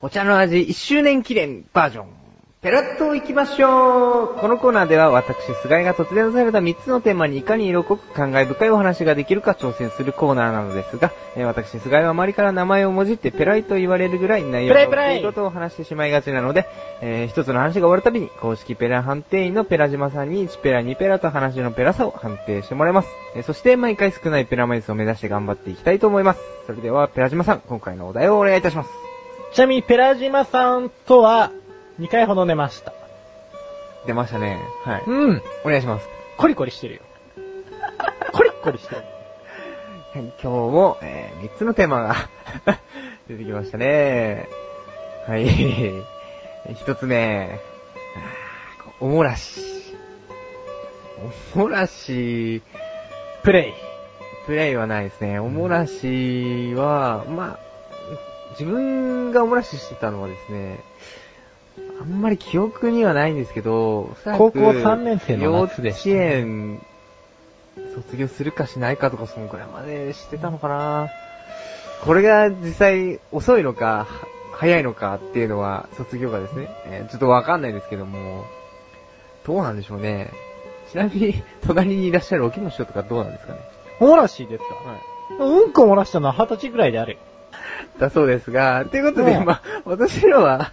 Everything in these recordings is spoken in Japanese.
お茶の味1周年記念バージョン。ペラッと行きましょうこのコーナーでは私、菅井が突然出された3つのテーマにいかに色濃く感慨深いお話ができるか挑戦するコーナーなのですが、えー私、菅井は周りから名前をもじってペライと言われるぐらい内容がペライペライ薄いことを話してしまいがちなので、えー一つの話が終わるたびに公式ペラ判定員のペラ島さんに1ペラ2ペラと話のペラさを判定してもらいます。えーそして毎回少ないペラ枚数を目指して頑張っていきたいと思います。それではペラ島さん、今回のお題をお願いいたします。ちなみに、ペラジマさんとは、2回ほど寝ました。出ましたね。はい。うん。お願いします。コリコリしてるよ。コリコリしてる。はい、今日も、えー、3つのテーマが、 出てきましたね。はい。1つ目、あーおもらし。おもらし、プレイ。プレイはないですね。おもらしは、まあ、自分がおもらししてたのはですね、あんまり記憶にはないんですけど、おそらく高校3年生の夏でしたね幼稚園、卒業するかしないかとか、そのくらいまでしてたのかな。これが実際遅いのか、は早いのかっていうのは、卒業がですね、えーちょっとわかんないですけども、どうなんでしょうね。ちなみに、隣にいらっしゃるおきの師匠とかどうなんですかね。おもらしいですかはい。うんこ漏らしたのは二十歳ぐらいであるよ。だそうですが、ということで、うんまあ、私らは、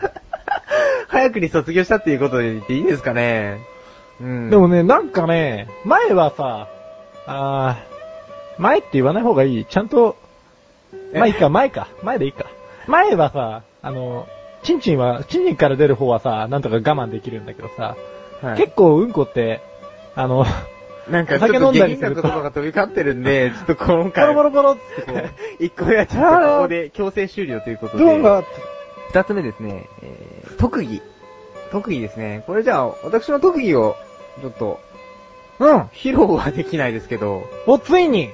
早くに卒業したっていうことで言っていいんですかね。うん。でもね、なんかね、前はさ、あー、前って言わない方がいい。ちゃんと、えまあいいか、前か。前でいいか。前はさ、あの、チンチンは、チンチンから出る方はさ、なんとか我慢できるんだけどさ、はい、結構うんこって、あの、なんか、ちょっと下品な言葉が飛び交ってるんで、ちょっと今コロ回 コ、ロコロってこう、一個目はちょっとここで強制終了ということで。ズボンが、二つ目ですね、えー、特技。特技ですね。これじゃあ、私の特技を、ちょっと、うん披露はできないですけど、お、ついに、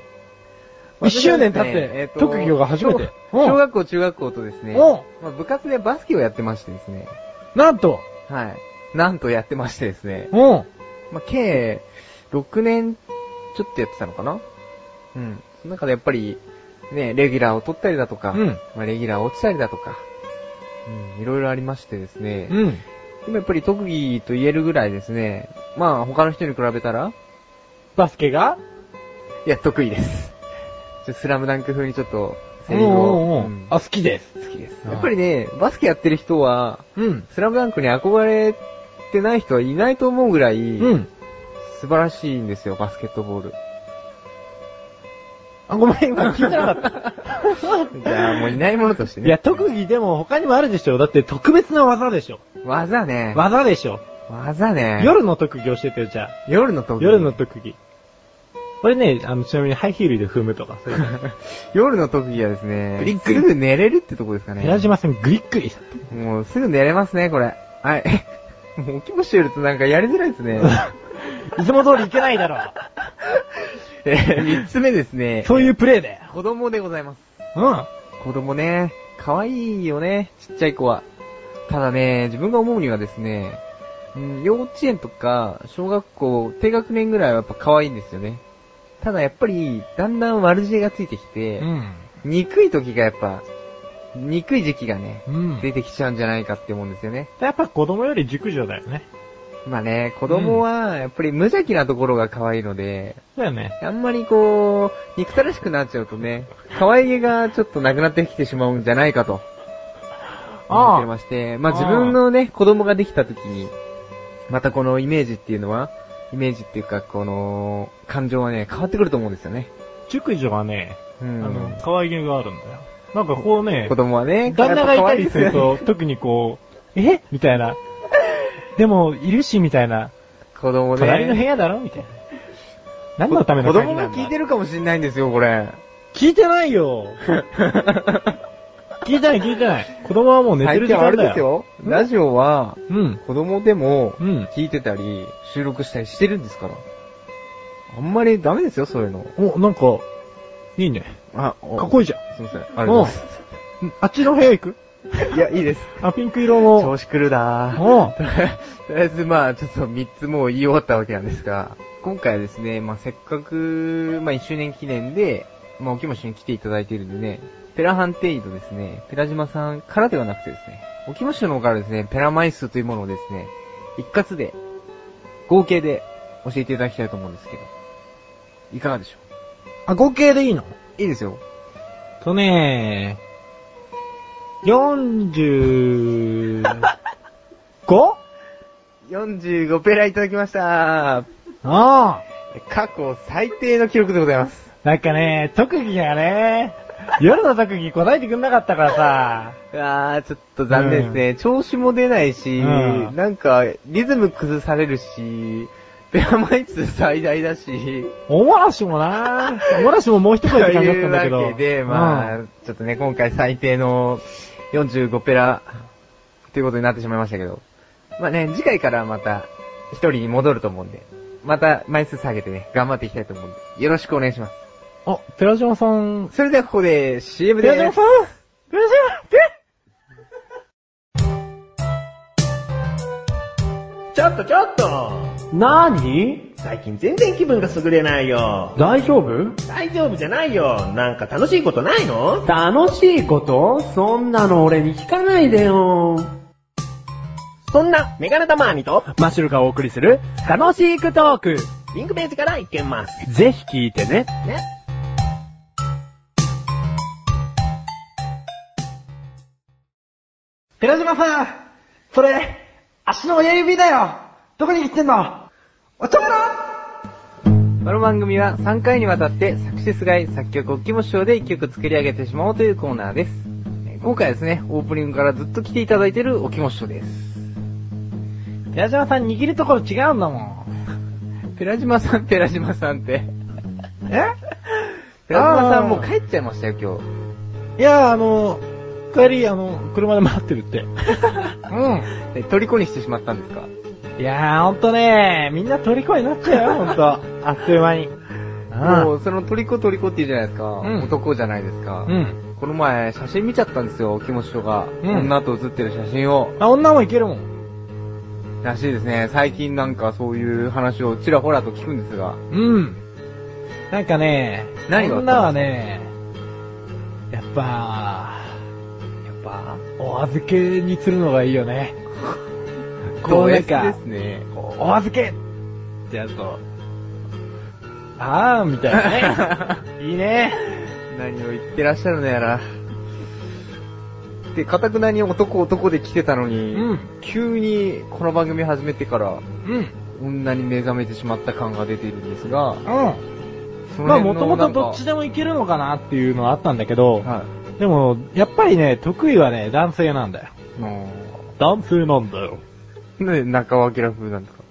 一周年経って私はですねえーと特技が初めて小うん小学校、中学校とですね、おまあ、部活でバスケをやってましてですね。なんと、はい。なんとやってましてですね。うん、まあ、計、6年ちょっとやってたのかなうん。その中でやっぱり、ね、レギュラーを取ったりだとか、うんまあ、レギュラー落ちたりだとか、うん、いろいろありましてですね。うん。でもやっぱり特技と言えるぐらいですね、まあ他の人に比べたら、バスケが、いや、得意です。 ちょスラムダンク風にちょっと、うセんリうフんを、ううんん。あ、好きです。好きです。あーやっぱりね、バスケやってる人は、うん。スラムダンクに憧れてない人はいないと思うぐらい、うん。素晴らしいんですよ、バスケットボール。あ、ごめん、今聞いてなかっ じゃあ、もういないものとしてた。ね。いや、特技でも他にもあるでしょ。だって特別な技でしょ。技ね。技でしょ。技ね。夜の特技教えてよ、じゃあ。夜の特技。夜の特技。これね、あの、ちなみにハイヒールで踏むとか、そういうの。 夜の特技はですねグリッグリすぐ寝れるってとこですかね。寺島さんグリッグリさもうすぐ寝れますね、これ。はい。 もうおきもしてるとなんかやりづらいです ね。 ん。いつも通りいけないだろえー三つ目ですねう。。そういうプレイだよ。子供でございます。うん。子供ね、可愛いよね、ちっちゃい子は。ただね、自分が思うにはですね、うん幼稚園とか、小学校、低学年ぐらいはやっぱ可愛いんですよね。ただやっぱり、だんだん悪知恵がついてきて、ん。憎い時がやっぱ、憎い時期がね、うん。出てきちゃうんじゃないかって思うんですよね。やっぱ子供より熟女だよね。まあね、子供は、やっぱり無邪気なところが可愛いので、そうだよね。あんまりこう、憎たらしくなっちゃうとね、可愛げがちょっとなくなってきてしまうんじゃないかと、思ってまして、まああ自分のね、子供ができた時に、またこのイメージっていうのは、イメージっていうか、この、感情はね、変わってくると思うんですよね。熟女はね、うあん。の、可愛げがあるんだよ。なんかこうね子、供はね、旦那がいたりするやっぱ可愛いでと、特にこう、えみたいな。でも、いるし、みたいな。すよ。子供ね。隣の部屋だろみたいな。何のための子供が聞いてるるかもしんないんですよ、これ。聞いてないよ聞いてない聞いてない。子供は もう寝てる時間最近あれだですよ。よ。ラジオは、うん。子供でも、うん。聞いてたり、収録したりしてるんですから。あんまりダメですよ、そういうの。お、なんか、いいね。あ、かっこいい。いいじゃん。すいません。ありがとうございうんあっちの部屋行まくす。いや、いいです。あ、ピンク色の。調子狂うなぁ。おとりあえず、まあ、ちょっと3つもう言い終わったわけなんですが、今回はですね、まあ、せっかく、まあ、1周年記念で、まあ、おきもしに来ていただいているんでね、ペラハンテイドですね、ペラ島さんからではなくてですね、沖野市の方からですね、ペラマイスというものをですね、一括で、合計で教えていただきたいと思うんですけど、いかがでしょあ、合計でいいのういいですよ。とねー、45? 45ペラいただきました。ああ。過去最低の記録でございます。なんかね、特技がね、夜の特技答えてくんなかったからさ、あー、ちょっと残念ですね。調子も出ないし、うんなんか、リズム崩されるし、ペラマイス最大だし、おもらしもな、おもらしももう一と声で考えいたうんだけど。わけで、まあ、うんちょっとね、今回最低の45ペラ、ということになってしまいましたけど。まあね、次回からまた、一人に戻ると思うんで、また枚数下げてね、頑張っていきたいと思うんで、よろしくお願いします。あ、ペラジマさん、それではここで CM ペでラジマすさん。ペラジマペちょっとちょっとなーに最近全然気分が優れないよ。大丈夫大丈夫じゃないよ。なんか楽しいことないの楽しいことそんなの俺に聞かないでよ。そんなメガネタマーニとマシュルがお送りする、楽しいクトーク。リンクページからいけます。ぜひ聞いてね。ね。寺島さん、それ、足の親指だよどこに切ってんのおちょぼらこの番組は3回にわたって作詞すがい、作曲、おっきも師匠で1曲作り上げてしまおうというコーナーです。えー今回はですね、オープニングからずっと来ていただいているおきも師匠です。ペラジマさん握るところ違うんだもん。ペラ島さん、ペラ島さんって。えペラ島さんもう帰っちゃいましたよ、いや、あの、帰り、あの、車で待ってる って。う今日。え虜にしてしまったんですかん。いやー、ほんとね、みんな虜になっち ゃうよ、ほんと。あっという間に。もうう、その虜虜って言うじゃないですか。ん男じゃないですか。ん。この前、写真見ちゃったんですよ、おきも師匠が。うん女と写ってる写真を。あ、女もいけるもん。らしいですね。最近なんかそういう話をちらほらと聞くんですが。うん。なんかね、何があったんですか女はね、やっぱ、やっぱ、お預けにするのがいいよね。こうなんかド S ですね。こうお預けってやると、あー、みたいな ね。いいね。何を言ってらっしゃるのやら。で、かたくなに男男で来てたのに、うん急にこの番組始めてから、うん。女に目覚めてしまった感が出ているんですが、うん。そまあ、の辺もとのもなとんかどっちでもいけるのかなっていうのはあったんだけど、はい。でも、やっぱりね、得意はね、男性なんだよ。あ男性なんだよ。ーなんで中尾明風なんですか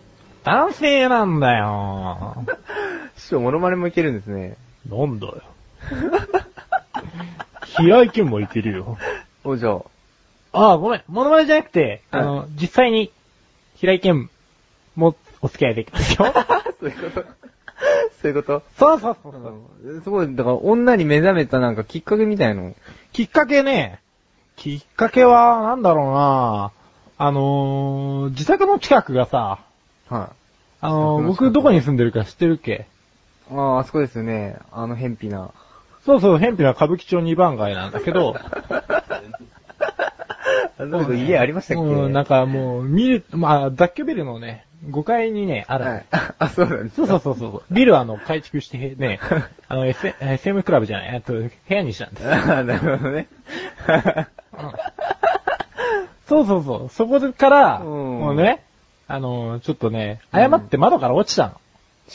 男性なんだよ。師匠、モノマネもいけるんですね。なんだよ。 悲哀剣もいけるよ。おじゃあ、ああ、ごめん。モノマネじゃなくて、はいあの、実際に、平井剣もお付き合いできます よ。 そういうことそういうことそうそうそあうそう。のすごい、だから女に目覚めたなんかきっかけみたいの。きっかけね、きっかけは、なんだろうなあのー、自宅の近くがさ、はあのー、自宅の近く僕どこに住んでるか知ってるっけい。ああ、あそこですよね。あの、偏僻な。そうそう、ヘンピは歌舞伎町2番街なんだけ ど、 あの時家ありましたっけうん、なんかもう、見る、まあ、雑居ビルのね、5階にね、ある。はい。 あ、そうなんですそうそうそうそう。ビルはあの、改築してね、あの、S、SM クラブじゃない、えっと、部屋にしたんですよ。 ああ、なるほどね。 そうそうそう。そこから、うんもうね、あの、ちょっとね、誤って窓から落ちたの。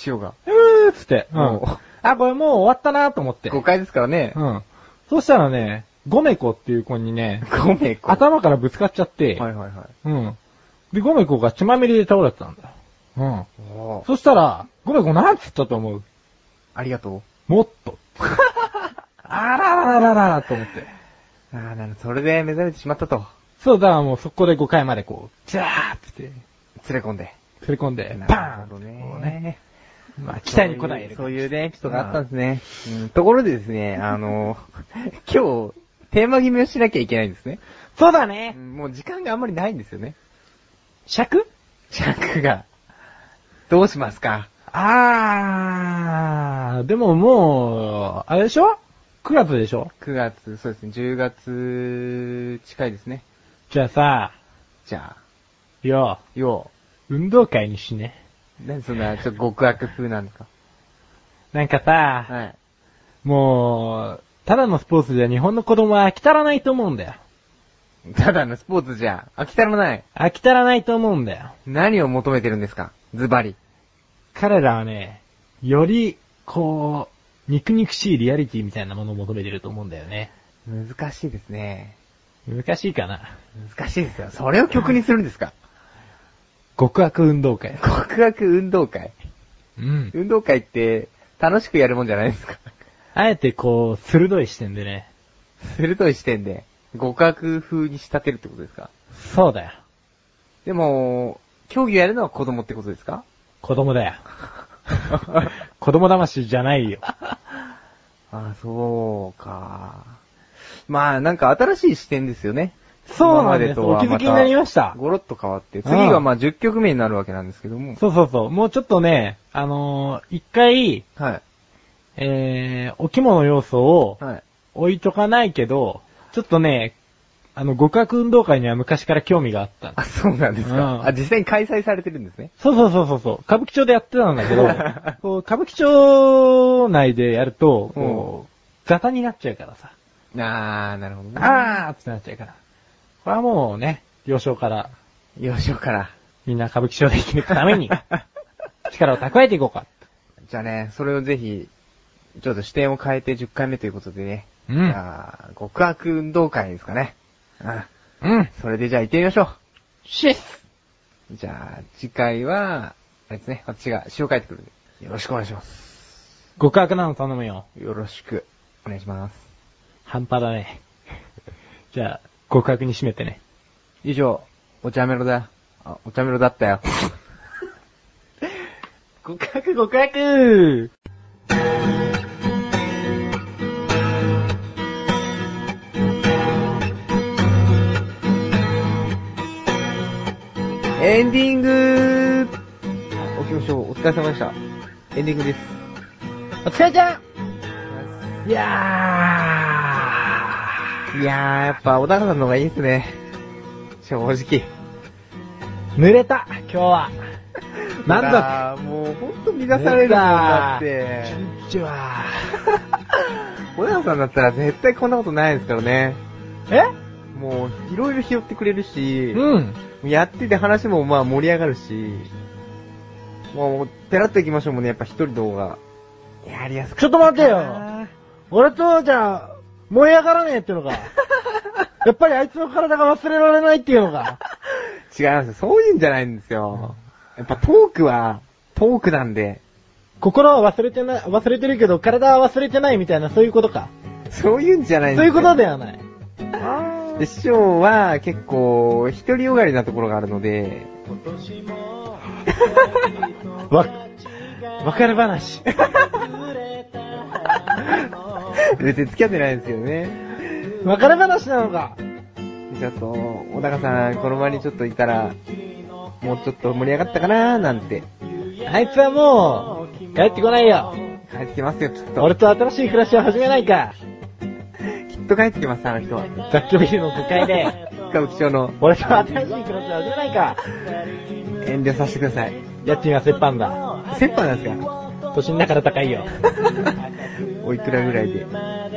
塩が。うーっつって。うおんう。あ、これもう終わったなと思って。誤解ですからねう。ん。そうしたらね、ゴメコっていう子にね、ごめん、こ頭からぶつかっちゃって、はいはいはい。うん。で、ゴメコが血まみれで倒れてたんだよ。おうん。ーそしたら、ゴメコなんつったと思うありがともっと。あららららららと思って。う。ああ、なるほど。それで目覚めてしまったと。そう、だからもうそこで5回までこう、ジャーって連れ込んで。振り込んで、なパるーほンどこうね。ね。まあ、期待に応える。そういうね、人があったんですね。うんところでですね、あの、 今日、テーマ決めをしなきゃいけないんですね。そうだうねんもう時間があんまりないんですよね。尺尺が。どうしますかあー、でももう、あれでしょ9月でしょ9月、そうですね、10月近いですね。じゃあさ、じゃあ、よ、よ運動会にしね。う、なんでそん な、ちょっと極悪風なんですかなんかさ、はい。もう、ただのスポーツじゃ日本の子供は飽き足らないと思うんだよ。ただのスポーツじゃ、飽きたらない。飽き足らないと思うんだよ。何を求めてるんですかズバリ。彼らはね、より、こう、肉肉しいリアリティみたいなものを求めてると思うんだよね。難しいですね。難しいかな。難しいですよ。それを曲にするんですか極悪運動会。 極悪運動会。うん。運動会って、楽しくやるもんじゃないですか。あえてこう、鋭い視点でね。鋭い視点で、極悪風に仕立てるってことですかそうだよ。でも、競技をやるのは子供ってことですか子供だよ。 子供魂じゃないよ。 あ、そうか。まあ、なんか新しい視点ですよね。そうなんです今まとはお気づきになりましたたゴロッと変わって。ん次がまあ10曲目になるわけなんですけども。 そうそうそう。もうちょっとね、あのー一回、はい。えー、お肝の要素をはい。置いとかないけど、ちょっとね、あの、互角運動会には昔から興味があったんであ、そうなんですか。うんあ、実際に開催されてるんですね。そうそうそうそうそう。歌舞伎町でやってたんだ けど、こう歌舞伎町内でやると、こう、ガタになっちゃうからさ。あー、なるほどね。あーってなっちゃうから。これはもうね、幼少から幼少から。みんな歌舞伎町で生き抜くた めに、力を蓄えていこうか。じゃあね、それをぜひ、ちょっと視点を変えて10回目ということでね。うじん。ゃあ、極悪運動会ですかね。うん。うん。それでじゃあ行ってみましょシェスう。じゃあ、次回は、あれですね、私が詩を書いてくるんで。よろしくお願いします。極悪なの頼むよ。よろしく、お願いします。半端だね。じゃあ、極悪に締めてね。以上、お茶メロだ。あ、お茶メロだったよ。極悪極悪エンディングおきましょう。お疲れ様でした。エンディングです。お疲れちゃんいやいやー、やっぱ、小高さんの方がいいですね。正直。ー、濡れた、今日 は。なんだだもう、ほんと乱されるもんだっこて。んにち は。小高さんだったら絶対こんなことないですからね。えもう、いろいろ拾ってくれるし、うん。やってて話もまあ盛り上がるし、もう、ペラッといきましょうもんね、やっぱ一人の方が。やりやすくちょっと待てよ。俺とじゃあ、燃え上がらねえって のか。やっぱりあいつの体が忘れられないっていうのか。違いますよ。そういうんじゃないんですよ。やっぱトークは、トークなんで、心は忘れてない、忘れてるけど、体は忘れてないみたいな、そういうことか。そういうんじゃないんそうですよいうことではない。で、師匠は結構、独りよがりなところがあるので、わ、別れ 話。別に付き合ってないんですけどね。別れ話なのか。ちょっと、小高さん、この場にちょっといたら、もうちょっと盛り上がったかなーなんて。 あいつはもう、帰ってこないよ。帰ってきますよ、きっと。俺と新しい暮らしを始めないか。きっと帰ってきます、あの人は。雑居ビルの5階で、歌舞伎町の俺と新しい暮らしを始めないか。遠慮させてください。家賃は折半だ。折半なんですか都心だから高いよ。おいくらぐらいで。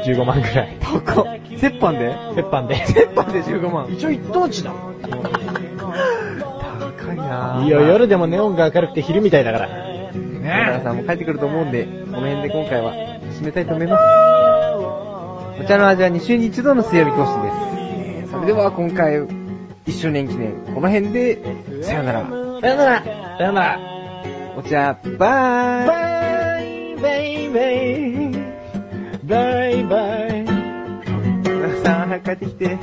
15万くらい。高っ。折半で折半で。折半で15万。一応一等地だ。高いなぁ。いいよ、夜でもネオンが明るくて昼みたいだから。小高さんも帰ってくると思うんで、この辺で今回は締めたいと思います。お茶の味は2週に1度の水曜日更新です。それでは今回、1周年記念、この辺で、さよなら。さよなら。さよなら。お茶、バイバイ バイバイ。バイバイ。小高さん、早く帰ってきて。